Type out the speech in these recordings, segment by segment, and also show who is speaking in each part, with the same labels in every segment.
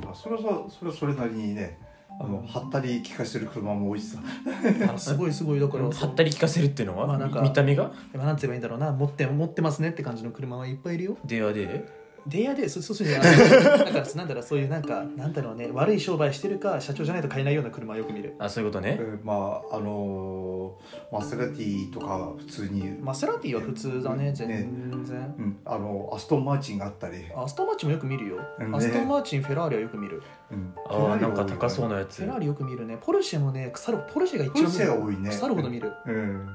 Speaker 1: からそれはさそれはそれなりにねあの、
Speaker 2: うん
Speaker 1: はったり聞かしてる車も多いしさ
Speaker 2: あすごいすごいだから
Speaker 3: はったり聞かせるっていうのは、
Speaker 2: まあなんか
Speaker 3: 見た目が
Speaker 2: まあなんて言えばいいんだろうな持って持ってますねって感じの車はいっぱいいるよ
Speaker 3: ではで
Speaker 2: でやでそそうす るにあのなんかなんだろうそういうなんかなんだろうね悪い商売してるか社長じゃないと買えないような車はよく見る
Speaker 3: あそういうことね
Speaker 1: え、ーまああのーマセラティとかは普通に、
Speaker 2: マセラティは普通だね
Speaker 1: ね
Speaker 2: 全然、
Speaker 1: うん、あのアストンマーチンがあったり、
Speaker 2: アストンマーチンもよく見るよ、
Speaker 1: ね
Speaker 2: アストンマーチンフェラーリはよく見る
Speaker 1: うん、
Speaker 3: ああなんか高そうなやつ
Speaker 2: フェラーリよく見るねポルシェもね腐るポルシェが一
Speaker 1: ポ
Speaker 2: 番
Speaker 1: ル
Speaker 2: 見
Speaker 1: シェ
Speaker 2: る
Speaker 1: が多いね
Speaker 2: 腐るほど見る
Speaker 1: うん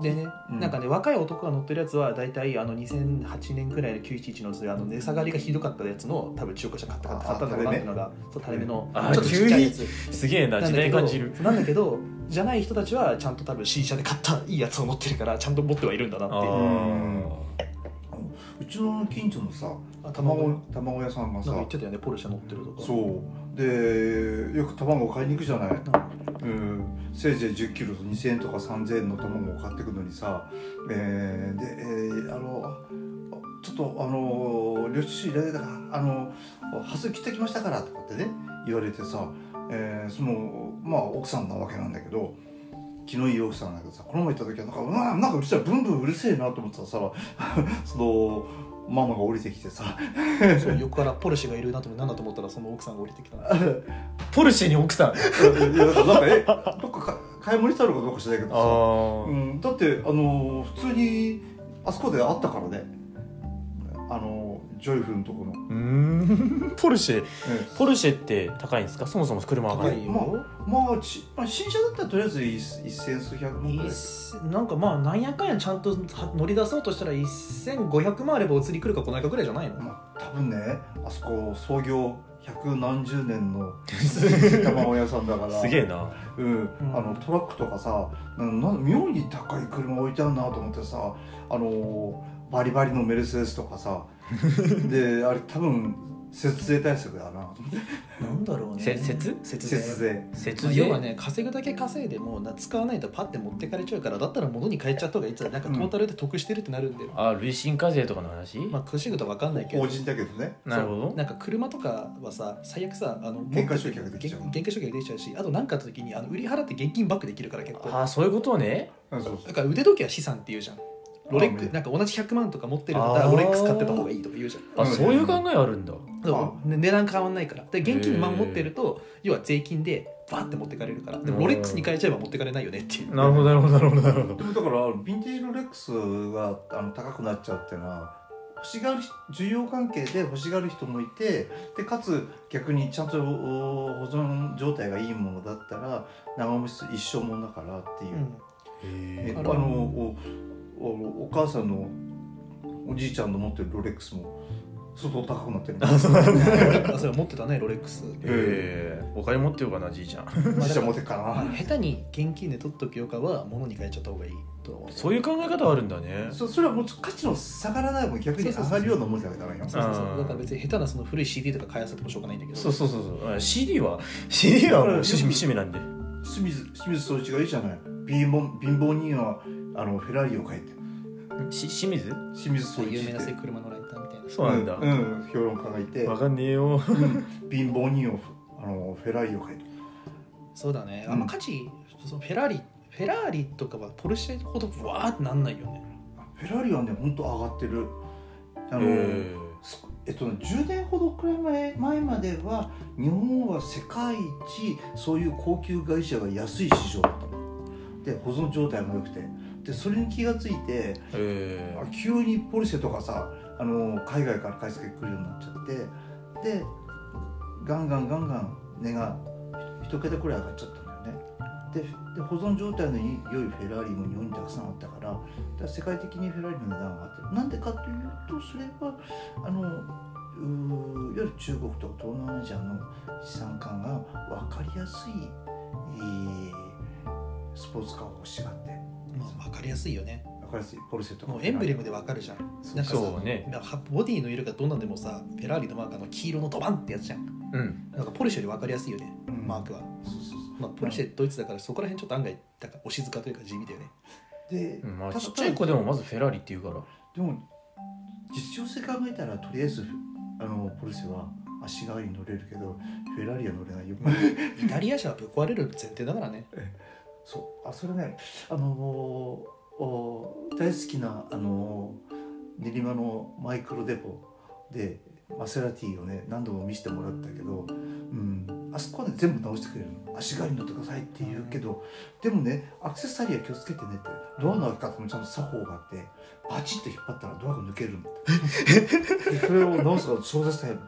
Speaker 2: でね、
Speaker 1: うん
Speaker 2: なんかね若い男が乗ってるやつは大体あの2008年くらいの911のあの値下がりがひどかったやつの多分中古車買った買ったんだろうなっていうのがそう垂れ目の
Speaker 3: あ
Speaker 2: ちょっとちっちゃいやつ
Speaker 3: すげえな
Speaker 2: なん
Speaker 3: 時
Speaker 2: だけ
Speaker 3: 代
Speaker 2: ど
Speaker 3: 感じる
Speaker 2: なんだけどじゃない人たちはちゃんと多分 C 社で買ったいいやつを持ってるからちゃんと持ってはいるんだなっていう
Speaker 1: ー
Speaker 2: あ
Speaker 1: うちの近所のさ
Speaker 2: 卵
Speaker 1: 卵
Speaker 2: なんか
Speaker 1: 卵屋さんが
Speaker 2: 言
Speaker 1: さ
Speaker 2: ってたよねポルシェ乗ってるとか
Speaker 1: そうでよく卵を買いに行くじゃない、
Speaker 2: なんか
Speaker 1: うん、せいぜい1 0キロと2000円とか3000円の卵を買ってくのにさ、えーで、えーあのあちょっとあの領収書入れられたからあの端数切ってきましたからとかってね言われてさ、えーそのまあ奥さんなわけなんだけど気のいい奥さんなんだけどさこの前行った時はなんかうわなんかうるさいブンブンうるせえなと思ってたらさ そのママが降りてきてさ
Speaker 2: そう横からポルシェがいるなと思って何だと思ったらその奥さんが降りてきたの
Speaker 3: ポルシェに奥さん
Speaker 1: いやなんかなんかえどっかか買い物したのかどうかしないけどさ
Speaker 3: あ
Speaker 1: うん、だってあの普通にあそこであったからねあのジョイフルのところの、
Speaker 3: うーんポルシェ
Speaker 1: え
Speaker 3: ポルシェって高いんですかそもそも車が
Speaker 2: 高い
Speaker 1: え
Speaker 2: よ
Speaker 1: まあ、まあ、ちまあ新車だったらとりあえず一一千数百万ぐらい
Speaker 2: なんかまあなんやかんやちゃんとは乗り出そうとしたら1500万あればお釣り来るか来ないかぐらいじゃないの
Speaker 1: まあ、多分ねあそこ創業百何十年の卵屋さんだから
Speaker 3: すげえな
Speaker 1: うん、あのトラックとかさなんなん妙に高い車置いてあるなと思ってさあのーバリバリのメルセデスとかさであれ多分節税対策だなと思って
Speaker 2: なんだろうね
Speaker 3: せ節
Speaker 2: 節税
Speaker 1: 節税
Speaker 3: 節
Speaker 2: まあ
Speaker 3: 税
Speaker 2: 要はね稼ぐだけ稼いでもな使わないとパッて持ってかれちゃうからだったら物に変えちゃった方がいいっつうのなんかトータルで得してるってなるんで、
Speaker 3: あ累進課税とかの話、
Speaker 2: まあ詳しいことは分かんないけど
Speaker 1: 法人だけどね
Speaker 3: なるほ
Speaker 2: そう
Speaker 3: ど
Speaker 2: なんか車とかはさ最悪さあの
Speaker 1: 減価償却できちゃう
Speaker 2: 減価償却できちゃうしあと何かあった時にあの売り払って現金バックできるから結構
Speaker 3: ああそういうことね
Speaker 1: うんそうそ
Speaker 2: だ
Speaker 1: う
Speaker 2: から腕時計は資産っていうじゃんロレック
Speaker 1: あ
Speaker 2: なんか同じ100万とか持ってるんだったら
Speaker 3: あー
Speaker 2: ロレックス買ってた方がいいとか言うじゃん
Speaker 3: あそういう考えあるんだ
Speaker 2: そうね値段変わんないからで現金
Speaker 3: へー
Speaker 2: 今持ってると要は税金でバッて持ってかれるからでもロレックスに変えちゃえば持ってかれないよねっていう
Speaker 3: なるほどなるほどなるほどなるほど
Speaker 1: でもだからヴィンテージロレックスがあの高くなっちゃうっていうのは欲しがる需要関係で欲しがる人もいてでかつ逆にちゃんとお保存状態がいいものだったら長持ちする一生ものだからっていうう、
Speaker 2: ん
Speaker 1: え
Speaker 2: あ
Speaker 1: あ
Speaker 2: ら
Speaker 1: のおおお母さんのおじいちゃんの持ってるロレックスも相当高くなってる
Speaker 3: あそうなんだ
Speaker 2: あそれ持ってたねロレックス
Speaker 3: ええお金持ってようかなじいち ゃん
Speaker 1: お じいちゃん持ってるか
Speaker 2: まあ
Speaker 1: な
Speaker 2: 下手に現金で取っとくよりかは物に変えちゃった方がいいとは思う
Speaker 3: そういう考え方あるんだね
Speaker 1: そそれはもう価値の下がらないもん逆に上がるようなもんじゃないかなよ
Speaker 2: そうそうそ
Speaker 3: あ
Speaker 2: う
Speaker 3: ー
Speaker 2: だから別に下手なその古い CD とか買いあさってもしょうがないんだけど
Speaker 3: そうそうそうそうあ CD は CD はもう趣味趣味なんで
Speaker 1: 清水清水総一がいいじゃない貧乏貧乏人はあのフェラーリを買えって
Speaker 3: し清水
Speaker 1: 清水総一って
Speaker 2: 有名なせ車のライターみたいな
Speaker 3: そうなんだ、
Speaker 1: うんうん評論家がいて
Speaker 3: わかんねえよ
Speaker 1: 貧乏人をあのフェラーリを買えって
Speaker 2: そうだね
Speaker 1: うん
Speaker 2: あんま価値そのフェラーリフェラーリとかはポルシェほどわーってなんないよね
Speaker 1: フェラーリはね本当上がってるあの、
Speaker 3: えー
Speaker 1: すえっとね、10年ほどくらい前前までは日本は世界一そういう高級外車が安い市場だったので保存状態も良くてでそれに気がついて
Speaker 3: え
Speaker 1: あ急にポルシェとかさあの海外から買い付け来るようになっちゃってでガンガンガンガン値がひ一桁くらい上がっちゃったんだよねでで保存状態のいい良いフェラーリも日本にたくさんあったからだから世界的にフェラーリの値段が上がってるなんでかというとそれはあのうーいわゆる中国とか東南アジアの資産感が分かりやすい、えースポーツカーを欲しがって
Speaker 2: まあ分かりやすいよね
Speaker 1: 分かりやすいポルシェとか
Speaker 2: もうエンブレムで分かるじゃん
Speaker 1: そう
Speaker 2: なんかさ
Speaker 3: そうね
Speaker 2: なんかボディの色がどんなんでもさフェラーリのマークあの黄色のドバンってやつじゃん
Speaker 3: うん
Speaker 2: なんかポルシェより分かりやすいよね
Speaker 1: うん
Speaker 2: マークは、
Speaker 1: そうそうそう
Speaker 2: まあ、ポルシェドイツだからそこら辺ちょっと案外なんかお静かというか地味だよね
Speaker 1: で、
Speaker 3: うんまあ
Speaker 1: ただ
Speaker 3: ちっちゃい子でもまずフェラーリって言うから
Speaker 1: でも実用性考えたらとりあえずあのポルシェは足代わりに乗れるけどフェラーリは乗れないよ
Speaker 2: イタリア車はぶっ壊れる前提だからね
Speaker 1: そうあそれねあのお大好きなあの練馬のマイクロデポでマセラティをね何度も見せてもらったけど、うん、あそこはね全部直してくれるの足代わりに乗ってくださいって言うけど、でもねアクセサリーは気をつけてねってドアの開け方もちゃんと作法があってバチッと引っ張ったらドアが抜けるのでそれを直すから小説隊抜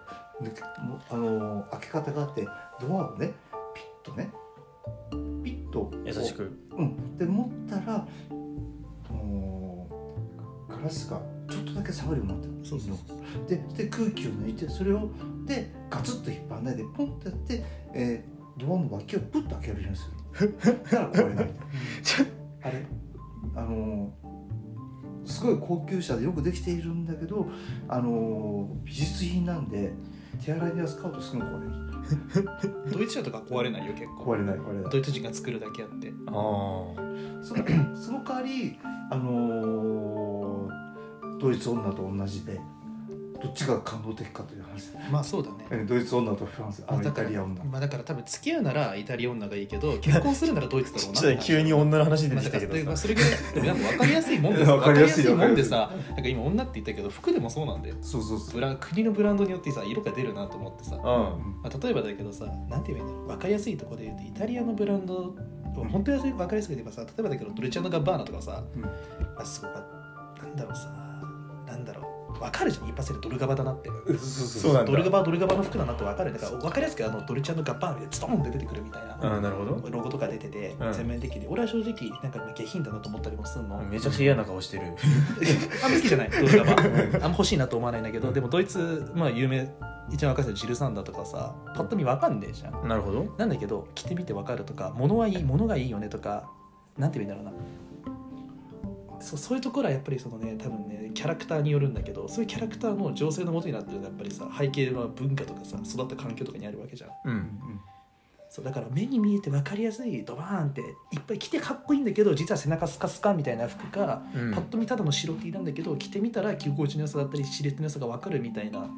Speaker 1: けもうあの開け方があってドアをねピッとねピッと
Speaker 3: 優しく
Speaker 1: うん、で持ったらもうガラスがちょっとだけ下がるようになってる
Speaker 2: そうそう
Speaker 1: でで空気を抜いてそれをでガツッと引っ張らないでポンってやって、えードアの脇をプッと開けるようにするだから壊れない
Speaker 3: ちょ
Speaker 1: あれあのーすごい高級車でよくできているんだけど、あのー美術品なんで手洗いに扱うとすぐ壊れる
Speaker 2: ドイツ車とか壊れないよ結構
Speaker 1: 壊れない壊れない
Speaker 2: ドイツ人が作るだけあって
Speaker 3: ああ
Speaker 1: そのその代わり、あのードイツ女と同じでどっちが感動的かという話
Speaker 2: まあそうだね
Speaker 1: えドイツ女とフランスあ
Speaker 2: ま
Speaker 1: の
Speaker 2: あ
Speaker 1: イ
Speaker 2: だか
Speaker 1: タ
Speaker 2: ら
Speaker 1: リア女
Speaker 2: まあだから多分付き合うならイタリア女がいいけど結婚するならドイツだ
Speaker 3: ち
Speaker 2: ろう
Speaker 3: ょっ
Speaker 2: な
Speaker 3: とね急に女の話出
Speaker 2: まあ
Speaker 3: て
Speaker 2: だ
Speaker 3: き
Speaker 2: か
Speaker 3: た
Speaker 2: ら例
Speaker 3: け
Speaker 2: えば
Speaker 3: どさ
Speaker 2: それぐらいでもなんか分かりやすいもんでさ
Speaker 1: わかりやすい
Speaker 2: わかもんでさなんか今女って言ったけど服でもそうなんだよ
Speaker 1: そうそうそ
Speaker 2: ブ
Speaker 1: う
Speaker 2: ラン国のブランドによってさ色が出るなと思ってさ、ま
Speaker 3: うん
Speaker 2: あ、例えばだけどさなんて言えばいいんだろう分かりやすいところで言うとイタリアのブランド本当に分かりやすく言えばさ例えばだけどドルチャノガッバーナとかさ、
Speaker 1: うん
Speaker 2: まあすごくなんだろうさなんだろう分かるじゃん一発でドルガバだなって
Speaker 1: うん
Speaker 3: そうなんだ
Speaker 2: ドルガバはドルガバの服だなって分かるだから分かりやすくあのドルチャノガッバーナでズドンって出てくるみたいな、
Speaker 3: うんなるほど
Speaker 2: ロゴとか出てて
Speaker 3: うん
Speaker 2: 全面的に、俺は正直なんか下品だなと思ったりもするの、 あんま
Speaker 3: めちゃくちゃ嫌な顔してる
Speaker 2: 好きじゃないドルガバあんま欲しいなと思わないんだけどでもドイツまあ有名一番若い人ジルサンダーとかさパッと見わかんねえじゃん
Speaker 3: なるほど
Speaker 2: なんだけど着てみてわかるとか物はいい物がいいよねとかなんて言うんだろうなそうそういうところはやっぱりそのね多分ねキャラクターによるんだけどそういうキャラクターの情勢のもとになってるのがやっぱりさ背景の文化とかさ育った環境とかにあるわけじゃん
Speaker 3: う
Speaker 1: うんん
Speaker 2: そうだから目に見えて分かりやすいドバーンっていっぱい着てかっこいいんだけど実は背中スカスカみたいな服か、
Speaker 3: うん
Speaker 2: パッと見ただの白 T なんだけど着てみたら着心地の良さだったりシルエットの良さが分かるみたいな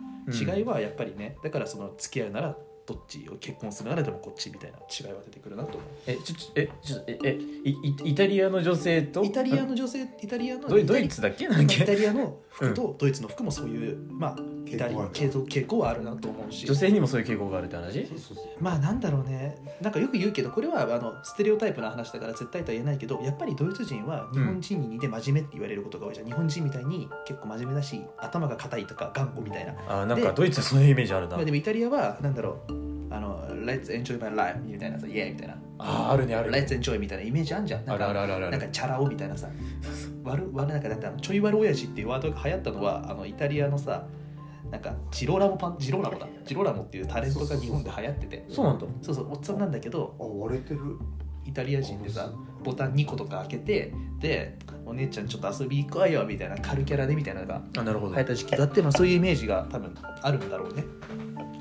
Speaker 2: 違いはやっぱりね、だからその付き合うならどっちを結婚するならでもこっちみたいな違いは出てくるなと思
Speaker 3: えちょちょえちょええいいイタリアの女性と
Speaker 2: うイタリアの女性イタリアの
Speaker 3: ドイ
Speaker 2: イタ
Speaker 3: ド
Speaker 2: リ
Speaker 3: イツだっけ
Speaker 2: ま
Speaker 3: な
Speaker 2: あ
Speaker 3: ん
Speaker 2: イ
Speaker 3: だっ
Speaker 2: タ
Speaker 3: け
Speaker 2: リアの服とドイツの服もそういう、まあイタリア
Speaker 1: 傾
Speaker 2: 傾向傾向はあるなと思うし
Speaker 3: 女性にもそういう傾向があるって話
Speaker 1: そうそうそう
Speaker 2: まあなんだろうねなんかよく言うけどこれはあのステレオタイプの話だから絶対とは言えないけどやっぱりドイツ人は日本人に似て真面目って言われることが多いじゃん、日本人みたいに結構真面目だし頭が硬いとか頑固みたいな、
Speaker 3: あなんか
Speaker 2: で
Speaker 3: ドイツはそういうイメージあるな
Speaker 2: まあ、でもイタリアはなんだろうあの Let's enjoy my life みたいなさイエーみたいな
Speaker 3: ああるねある
Speaker 2: Let's enjoy みたいなイメージあんじゃんな
Speaker 3: あ
Speaker 2: ん
Speaker 3: る
Speaker 2: か
Speaker 3: あるあるある
Speaker 2: なんかチャラ男みたいなさ悪悪なんかだってあのちょい悪親父っていうワードが流行ったのはあのイタリアのさなんかジローラモパンジローラモだジローラモっていうタレントが日本で流行ってて
Speaker 3: そうなんだ
Speaker 2: そうそうおっさんなんだけど
Speaker 1: あ割れてる
Speaker 2: イタリア人でさボタン2個とか開けてでお姉ちゃんちょっと遊び行こうよみたいな軽キャラでみたいなのが
Speaker 3: あなるほ
Speaker 2: 流
Speaker 3: ど
Speaker 2: 行った時期だって、まあ、そういうイメージが多分あるんだろうね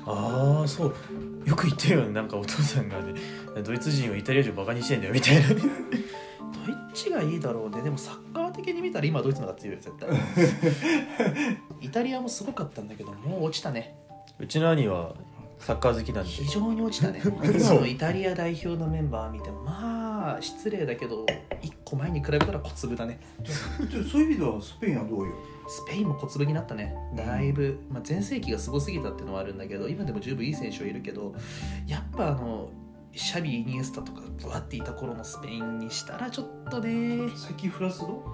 Speaker 3: ああそうよく言ってるよねなんかお父さんがねドイツ人をイタリア人バカにしてんだよみたいな
Speaker 2: どっちがいいだろうねでもサッカー的に見たら今ドイツの方が強いよ絶対イタリアもすごかったんだけどもう落ちたね
Speaker 3: うちの兄はサッカー好きなんで
Speaker 2: 非常に落ちたね今のイタリア代表のメンバー見てもまあ失礼だけど1個前に比べたら小粒だね
Speaker 1: じゃあそういう意味ではスペインはどうよ
Speaker 2: スペインも小粒になったね
Speaker 1: うん
Speaker 2: だいぶ、まあ、前世紀がすごすぎたっていうのはあるんだけど今でも十分いい選手はいるけどやっぱあのシャビイニエスタとかぶわっていた頃のスペインにしたらちょっとね
Speaker 1: 最近フランスど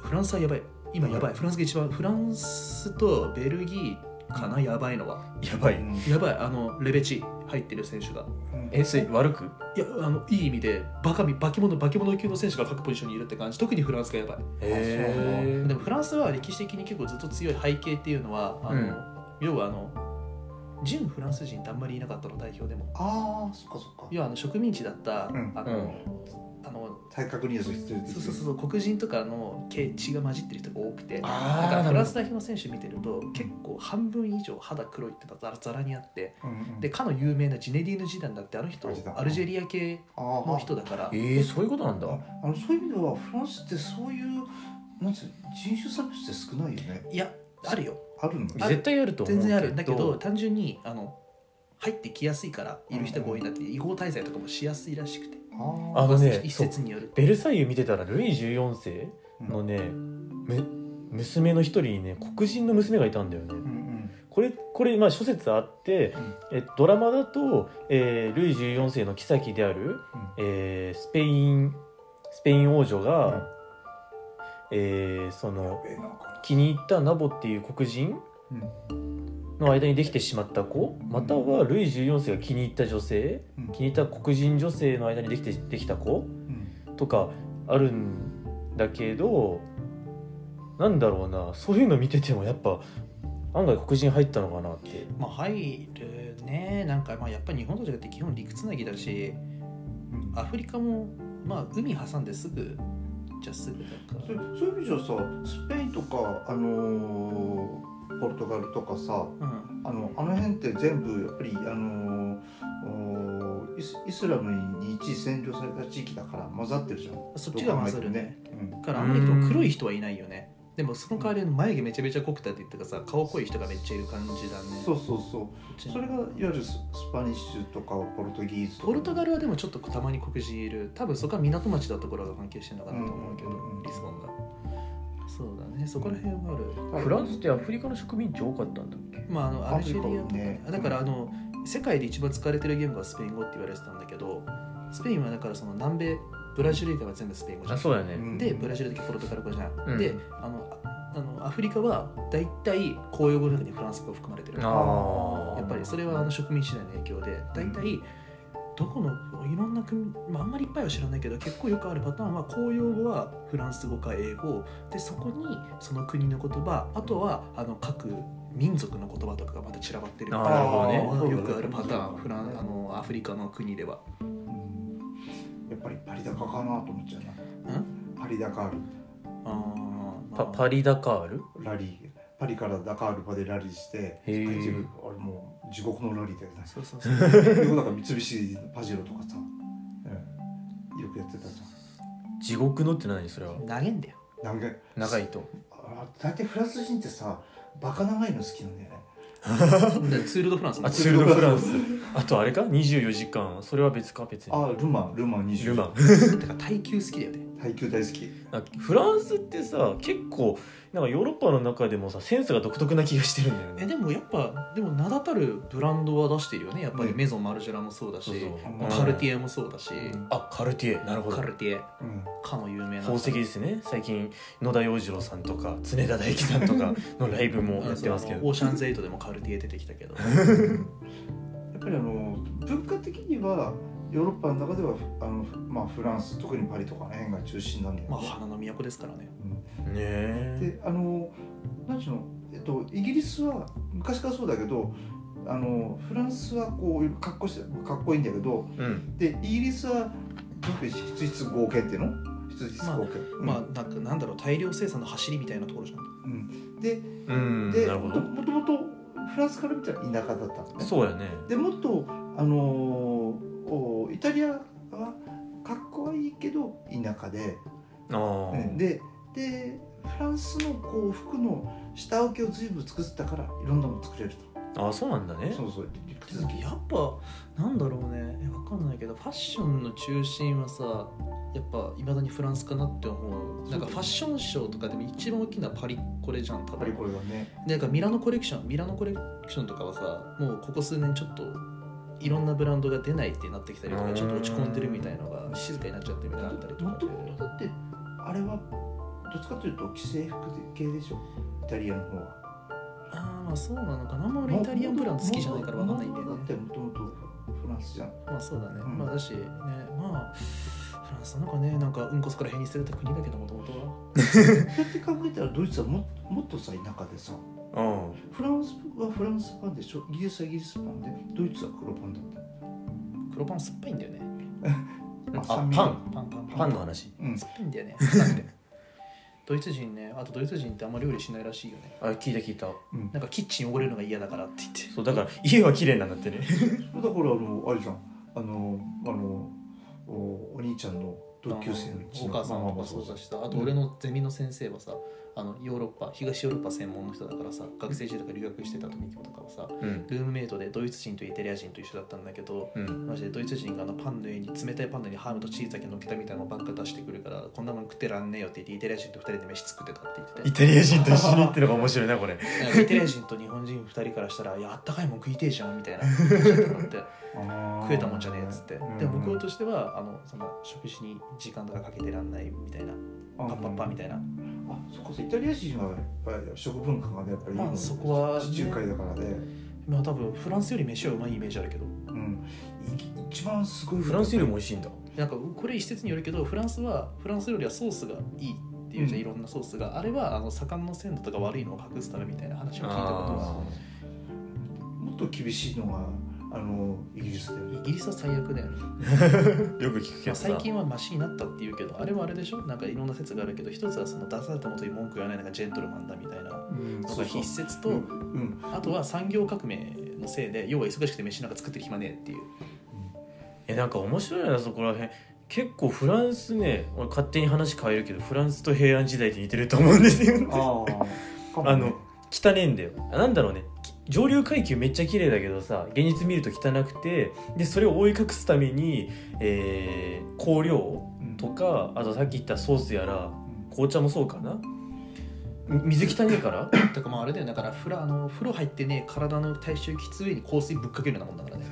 Speaker 2: フランスはやばい今やばいフランスが一番フランスとベルギーかなやばいのは
Speaker 3: やば
Speaker 1: う
Speaker 3: い
Speaker 1: ん
Speaker 2: やばいあのレベチ入ってる選手が
Speaker 3: えそれ悪く
Speaker 2: いやあのいい意味でバカみ化け物化け物級の選手が各ポジションにいるって感じ特にフランスがやばい
Speaker 3: へ
Speaker 2: でもフランスは歴史的に結構ずっと強い背景っていうのはあの、
Speaker 3: うん
Speaker 2: 要はあの純フランス人ってあんまりいなかったの代表でも
Speaker 1: ああそっかそっか
Speaker 2: 要はあの植民地だった、
Speaker 1: ん
Speaker 2: あの、あの
Speaker 1: 体格に要素必要です
Speaker 2: そうそうそうそう黒人とかの血血が混じってる人が多くてだ
Speaker 3: あー
Speaker 2: から
Speaker 3: なるほど
Speaker 2: フランス代表の選手見てると結構半分以上肌黒いってザラザラにあって
Speaker 1: うんうん
Speaker 2: でかの有名なジネディーヌ・ジダンだってあの人
Speaker 1: ジダン
Speaker 2: アルジェリア系
Speaker 1: あ
Speaker 2: の
Speaker 1: ー
Speaker 2: 人だから
Speaker 3: えー、そういうことなんだ
Speaker 1: ああのそういう意味ではフランスってそういうなんつうの人種差別って少ないよね
Speaker 2: いやあるよ
Speaker 1: あるの
Speaker 2: あ
Speaker 3: 絶対あると思う
Speaker 2: 全
Speaker 3: けど
Speaker 2: 然あるんだけど単純にあの入ってきやすいからいる人が多いんだって違法滞在とかもしやすいらしくて、
Speaker 1: あ
Speaker 3: あのね
Speaker 2: まあ一説によると
Speaker 3: ベルサイユ見てたらルイ14世のね、む娘の一人にね黒人の娘がいたんだよね、
Speaker 1: うんうん
Speaker 3: これこれまあ諸説あって、えドラマだと、えールイ14世の妃であ
Speaker 1: う
Speaker 3: る、
Speaker 1: ん
Speaker 3: えースペインスペイン王女が、
Speaker 1: うん
Speaker 3: えーその
Speaker 1: ええなこ
Speaker 3: 気に入ったナボっていう黒人
Speaker 1: れうん
Speaker 3: の間にできてしまった子またはルイ14世が気に入った女性
Speaker 1: うん
Speaker 3: 気に入った黒人女性の間にできてできた子
Speaker 1: うん
Speaker 3: とかあるんだけどなんだろうなそういうの見ててもやっぱ案外黒人入ったのかなって
Speaker 2: まあ入るねなんかまあやっぱり日本と違って基本陸つなぎだし
Speaker 1: うん
Speaker 2: アフリカもまあ海挟んですぐじゃすぐだから
Speaker 1: そそういう意味じゃさスペインとか、あのーポルトガルとかさ
Speaker 2: うん
Speaker 1: あのあの辺って全部やっぱり、あのーおーイスイスラムに一時占領された地域だから混ざってるじゃん
Speaker 2: そっちが混ざるね、
Speaker 1: どう考えてもね
Speaker 2: だからあんまりでも黒い人はいないよねでもその代わり眉毛めちゃめちゃ濃くたって言ったかさ顔濃い人がめっちゃいる感じだね
Speaker 1: うん、そうそうそう
Speaker 2: こっちに
Speaker 1: それがいわゆるススパニッシュとかポルトギーズとか
Speaker 2: ポルトガルはでもちょっとたまに黒人いる多分そこは港町だところが関係してるのかなと思うけど、
Speaker 1: うんうんうん
Speaker 2: リスボンがそうだねそこら辺はある、
Speaker 3: フランスってアフリカの植民地多かったんだっけ
Speaker 2: まああのアルジェリアと
Speaker 1: アフ
Speaker 2: か、
Speaker 1: リカね
Speaker 2: ね、だからあの世界で一番使われてる言語はスペイン語って言われてたんだけどスペインはだからその南米ブラジル以外は全部スペイン語じゃん
Speaker 3: そうだよ
Speaker 1: うん
Speaker 2: でブラジルだけポルトガル語じゃん、
Speaker 3: うん
Speaker 2: であのああのアフリカは大体公用語の中にフランス語が含まれてる
Speaker 3: ああ
Speaker 2: やっぱりそれはあの植民地時代の影響で大体どこのいろんな国、まあ、あんまりいっぱいは知らないけど結構よくあるパターンは公用語はフランス語か英語でそこにその国の言葉あとはあの各民族の言葉とかがまた散らばってる
Speaker 3: あーなるほどね
Speaker 2: よくあるパターンフランあのアフリカの国では
Speaker 1: うんやっぱりパリ高かなと思っちゃうな。パリダカール
Speaker 2: あー、まあ
Speaker 3: パパリ・ダカール
Speaker 1: ラリーパリからダカールまでラリーして
Speaker 3: へー
Speaker 1: 一部あれもう地獄のラリーだよね
Speaker 2: そうそうそう
Speaker 1: よくなんか三菱パジェロとかさ、うんよくやってたじ
Speaker 3: 地獄のって何それは
Speaker 2: 投げんだよ
Speaker 1: ゃんなんか
Speaker 3: 長いと
Speaker 1: あ大体フランス人ってさバカ長いの好きなんだよね
Speaker 2: でツール・ド・フランス
Speaker 3: あ
Speaker 2: の
Speaker 3: ツール・ド・フランスあとあれか24時間それは別か別に
Speaker 1: あルマンルマン20
Speaker 3: ルマン
Speaker 2: だから耐久好きだよね
Speaker 1: 耐久大好き
Speaker 3: なんかフランスってさ結構なんかヨーロッパの中でもさセンスが独特な気がしてるんだよ
Speaker 2: え
Speaker 3: ね
Speaker 2: でもやっぱでも名だたるブランドは出してるよねやっぱり
Speaker 1: うん
Speaker 2: メゾンマルジェラもそうだし、
Speaker 3: そうそう
Speaker 1: うん
Speaker 2: まあカルティエもそうだし、
Speaker 3: あカルティエなるほど
Speaker 2: カルティエ
Speaker 1: う ん
Speaker 2: かの有名な
Speaker 3: 宝石ですね最近野田洋次郎さんとか常田大樹さんとかのライブもやってますけ
Speaker 2: うんそうオ
Speaker 3: ど
Speaker 2: ーシャンズエイトでもカルティエ出てきたけど
Speaker 1: やっぱりあの文化的にはヨーロッパの中ではあの、まあ、フランス特にパリとかの辺が中心なんだよね、
Speaker 2: まあ花の都ですからね
Speaker 1: うん
Speaker 3: ねえ
Speaker 1: であの何ていうの、えっと、イギリスは昔からそうだけどあのフランスはこうかっこしてかっこいいんだけど
Speaker 3: うん
Speaker 1: でイギリスは特に質質合計っていうの質質合計、うん
Speaker 2: まあなんかなんだろう大量生産の走りみたいなところじゃん
Speaker 1: うん、で
Speaker 3: うん
Speaker 1: で
Speaker 3: なるほ
Speaker 1: もと
Speaker 3: ど
Speaker 1: もともとフランスから見たら田舎だったのね
Speaker 3: そうやね
Speaker 1: でもっとあのおイタリアはかっこいいけど田舎で、
Speaker 3: ああ
Speaker 1: ねででフランスのこう服の下請けを随分作ってたからいろんなもの作れると。
Speaker 3: あそうなんだね
Speaker 1: そうそう理屈
Speaker 2: で
Speaker 1: 好
Speaker 2: も
Speaker 1: き
Speaker 2: やっぱなんだろうねえわかんないけどファッションの中心はさやっぱいまだにフランスかなって思うなんかファッションショーとかでも一番大きなパリコレじゃん多
Speaker 1: やっぱり
Speaker 2: 分
Speaker 1: これはね
Speaker 2: なんかミラノコレクションミラノコレクションとかはさもうここ数年ちょっといろんなブランドが出ないってなってきたりと
Speaker 3: う
Speaker 2: か
Speaker 3: ん
Speaker 2: ちょっと落ち込んでるみたいのが静かになっちゃってみたいなのあったりと
Speaker 1: も
Speaker 2: か
Speaker 1: ともとだってあれはどっちかというと既製服系でしょイタリアの方は
Speaker 2: ああまあそうなのかなあんま俺イタリアンブランド好きじゃないからわかんないんだよ
Speaker 1: だっ
Speaker 2: ね
Speaker 1: てもともとフランス じゃん
Speaker 2: まあそうだね、
Speaker 1: うん
Speaker 2: まあだしねまあフランスなんかねなんかうんこそこら辺に捨てられた国だけどもともとは
Speaker 1: そうやって考えたらドイツはももっとさ田舎でさ
Speaker 3: うん
Speaker 1: フランスはフランスパンでしょイギリスはイギリスパンでドイツは黒パンだった
Speaker 2: 黒パン酸っぱいんだよね
Speaker 1: まあ
Speaker 3: あ
Speaker 1: 酸味
Speaker 3: パン
Speaker 2: パンパン
Speaker 3: パンの話
Speaker 1: うん
Speaker 2: 酸っぱいんだよねなんでドイツ人ねあとドイツ人ってあんま料理しないらしいよね
Speaker 3: あ聞いた聞いた
Speaker 1: うん
Speaker 2: なんかキッチン汚れるのが嫌だからって言って
Speaker 3: そうだから家は綺麗なんだってね
Speaker 1: だからあのあれじゃんあのあのおお兄ちゃんの同級生のうちの
Speaker 2: お母さんとかそうだしさあと俺のゼミの先生はさ、あのヨーロッパ東ヨーロッパ専門の人だからさ学生時代とか留学してた時とかはさ
Speaker 3: うん
Speaker 2: ルームメイトでドイツ人とイタリア人と一緒だったんだけど
Speaker 3: うん
Speaker 2: マジでドイツ人があのパンの上に冷たいパンの上にハムとチーズだけのっけたみたいなのばっか出してくるからこんなもん食ってらんねえよって言ってイタリア人と二人で飯作ってたって言
Speaker 3: イ
Speaker 2: って
Speaker 3: タリア人と一緒にってのが面白いなこ れ
Speaker 2: てなんかイタリア人と日本人二人からしたら「いやあったかいもん食いてえじゃん」み たいな感じだったのって食
Speaker 1: 食
Speaker 2: えたもんじゃねえっつって、でも向こう
Speaker 1: と
Speaker 2: としてはあのその食事に時間とかかけてらんないみたいな
Speaker 1: パ
Speaker 2: パッパッパみたいな、
Speaker 1: あそこそイタリア人はやっぱり食文化がやっぱりいい
Speaker 2: ま
Speaker 1: の
Speaker 2: あそこはね
Speaker 1: 地中海だからで、
Speaker 2: まあ多分フランスより飯はうまいイメージあるけど
Speaker 1: うん、い一番すごい
Speaker 3: フランスよりも美味しいんだ
Speaker 2: なんかこれ一説によるけどフランスはフランス料理はソースがいいっていうじゃん、
Speaker 1: うん
Speaker 2: いろんなソースがあれはあの魚の鮮度とか悪いのを隠すためみたいな話を聞いたことが
Speaker 3: あ
Speaker 1: もっと厳しいのがあのイギリスだよね
Speaker 2: イギリスは最悪だよね、
Speaker 3: ーよく聞くけ
Speaker 2: ま
Speaker 3: ど
Speaker 2: あ、
Speaker 3: さ
Speaker 2: 最近はマシになったっていうけどあれはあれでしょなんかいろんな説があるけど一つはその出されたもとに文句言わないのがジェントルマンだみたいな
Speaker 1: うん
Speaker 2: のが必説と、
Speaker 1: うんうん
Speaker 2: あとは産業革命のせいで要は忙しくて飯なんか作ってる暇ねえっていう
Speaker 3: えなんか面白いなそこら辺結構フランスね俺勝手に話変えるけどフランスと平安時代って似てると思うんですよ
Speaker 1: あーかもね
Speaker 3: あの汚ねえんだよあなんだろうねき上流階級めっちゃ綺麗だけどさ現実見ると汚くてでそれを覆い隠すために、えー、香料
Speaker 1: うん
Speaker 3: とかあとさっき言ったソースやら
Speaker 1: うん
Speaker 3: 紅茶もそうかなみ水汚ねえか
Speaker 2: だ
Speaker 3: ら
Speaker 2: からまああれだよだから風呂あの風呂入ってね体の体臭きつ上に香水ぶっかけるようなもんだからね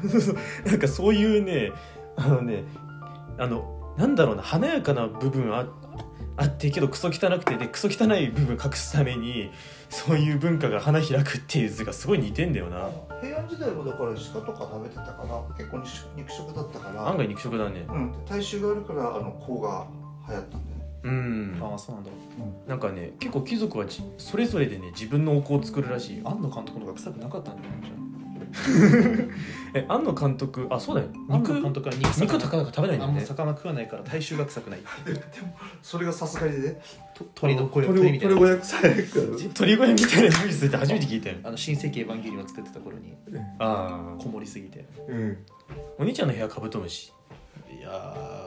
Speaker 3: なんかそういうねあのねあのなんだろうな華やかな部分ああってけどクソ汚くてでクソ汚い部分隠すためにそういう文化が花開くっていう図がすごい似てんだよな
Speaker 1: 平安時代もだから鹿とか食べてたから結構肉食肉食だったから
Speaker 3: 案外肉食だね
Speaker 1: うん、体臭があるからあの甲が流行ったんだよね
Speaker 3: うん
Speaker 2: ああそうなんだ
Speaker 3: なんかね結構貴族はじそれぞれでね自分のお香を作るらしいよ
Speaker 2: 庵野監督の方が臭くなかったんじゃないじゃ
Speaker 3: え庵野監督あそうだよ
Speaker 2: ん庵野
Speaker 3: 肉
Speaker 2: 監督は肉
Speaker 3: 肉高々食べないんだ
Speaker 2: あ
Speaker 3: よ
Speaker 2: んま
Speaker 3: ね
Speaker 2: 魚食わないから体臭が臭くない
Speaker 1: でもそれがさすがにね
Speaker 2: と鳥の声
Speaker 1: あ
Speaker 2: 鳥みたいな
Speaker 1: 鳥をされる
Speaker 3: 鳥小屋みたいなニュースって初めて聞いたよ
Speaker 2: あの新世紀エヴァンゲリオンを作ってた頃に
Speaker 3: ああ
Speaker 2: こもりすぎて
Speaker 1: うん
Speaker 3: お兄ちゃんの部屋カブトムシ
Speaker 2: いやー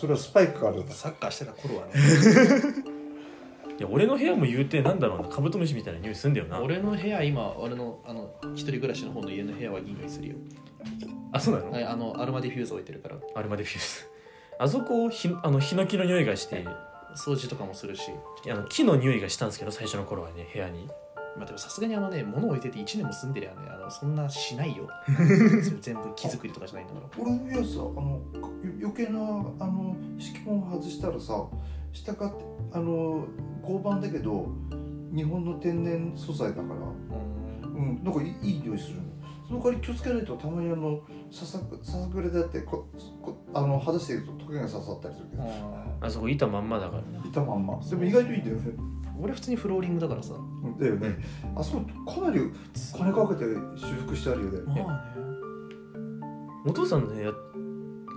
Speaker 1: それはスパイクがあるんだ
Speaker 2: サッカーしてた頃はね
Speaker 3: いや俺の部屋も言うてなんだろうなカブトムシみたいな匂いすんだよな
Speaker 2: 俺の部屋今俺のあの一人暮らしの方の家の部屋はいい匂いするよ
Speaker 3: あそうなの、
Speaker 2: はいあのアロマディフューザー置いてるから
Speaker 3: アルマデフィウスあそこひあのヒノキの匂いがして
Speaker 2: 掃除とかもするし
Speaker 3: あの木の匂いがしたんですけど最初の頃はね部屋に
Speaker 2: まあ、でもさすがにあのね物置いてて1年も住んでりゃねあのそんなしないよそれ全部木作りとかじゃないんだから
Speaker 1: 俺のやつはあのか余計なあの敷根を外したらさ下があの合板だけど日本の天然素材だからうんなんかいいいい匂いするのその代わり気をつけないとたまにあのささくささくれだってここあの肌してるとトゲが刺さったりするけど
Speaker 2: うん
Speaker 3: あそこ板まんまだから
Speaker 1: いたまんまでも意外といいんだよね
Speaker 2: 俺普通にフローリングだからさ
Speaker 1: だよね、あそこかなり金かけて修復してあるよね、
Speaker 2: ま
Speaker 3: お父さんの部屋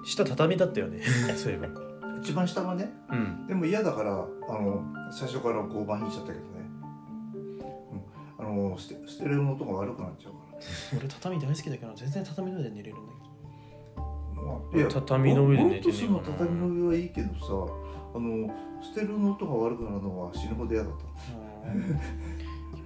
Speaker 3: 下畳だったよ ねそういえば
Speaker 1: 一番下がね
Speaker 3: うん
Speaker 1: でも嫌だからあの最初から交番引いちゃったけどね、うん、あの捨て捨てるの音が悪くなっちゃうか
Speaker 2: あね俺畳大好きだけど全然畳の上で寝れるんだけど
Speaker 1: ら、まあ
Speaker 3: 畳の上で寝て
Speaker 1: ボロッと
Speaker 3: ね
Speaker 1: する
Speaker 3: えか
Speaker 1: の
Speaker 3: な
Speaker 1: 畳の上はいいけどさあの捨てるの音が悪くなるのは死ぬほど嫌だった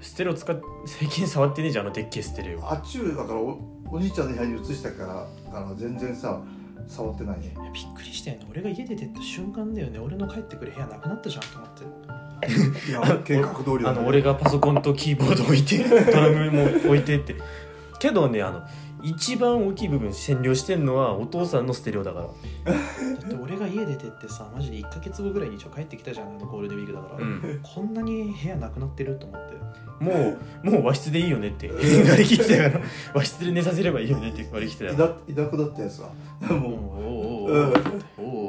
Speaker 3: ステレオ使っ最近触ってねえじゃんあのでっけえステレオ
Speaker 1: あっちゅうだからおお兄ちゃんの部屋に移したからから全然さ触ってないね
Speaker 2: いやびっくりしたよね俺が家出てった瞬間だよね俺の帰ってくる部屋なくなったじゃんと思って
Speaker 1: いや計画通りだ、
Speaker 3: あ
Speaker 1: ね、
Speaker 3: の俺がパソコンとキーボード置いて ドラムも置いてってけどねあの一番大きい部分占領してんのはお父さんのステレオだか
Speaker 2: だって俺が家出てってさマジで1ヶ月後ぐらいに一応帰ってきたじゃんあのゴールデンウィークだから
Speaker 3: ら、、うん、
Speaker 2: こんなに部屋なくなってると思って
Speaker 3: もうもう和室でいいよねって割り切ってたから和室で寝させればいいよねって割り切ってたから
Speaker 1: いだくだったやつは
Speaker 2: も
Speaker 1: も
Speaker 2: う
Speaker 1: う、うん、
Speaker 2: おう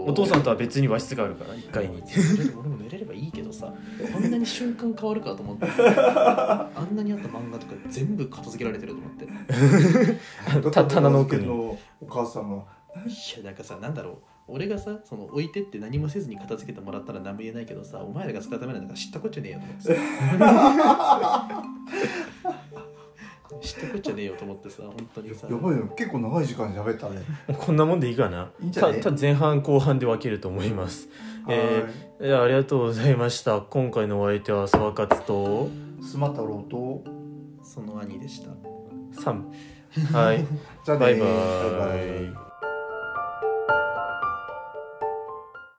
Speaker 2: おう
Speaker 3: お父さんとは別に和室があるから1階に
Speaker 2: 俺も寝れればいいけどさこんなに瞬間変わるかと 思ってあんなにあった漫画とか全部片付けられてると思ってい
Speaker 3: た棚の奥に
Speaker 1: のお母さんが
Speaker 2: やなんかさなんだろう俺がさその置いてって何もせずに片付けてもらったら何も言えないけどさお前らが 使うためなんだから知ったこっちゃねえよと思ってさ知ったこっちゃねえよと思ってさ本当にさ
Speaker 1: やばいよ結構長い時間喋ったね
Speaker 3: もうこんなもんでいいかな。
Speaker 1: いいんじゃ
Speaker 3: た
Speaker 1: ね
Speaker 3: た前半後半で分けると思います。え
Speaker 1: は
Speaker 3: えー、ありがとうございました。今回のお相手は沢勝 と
Speaker 1: ーいスマ太郎と
Speaker 2: その兄でした
Speaker 3: サム。はい。
Speaker 1: じゃあね
Speaker 3: バイ
Speaker 1: ー
Speaker 3: バイ。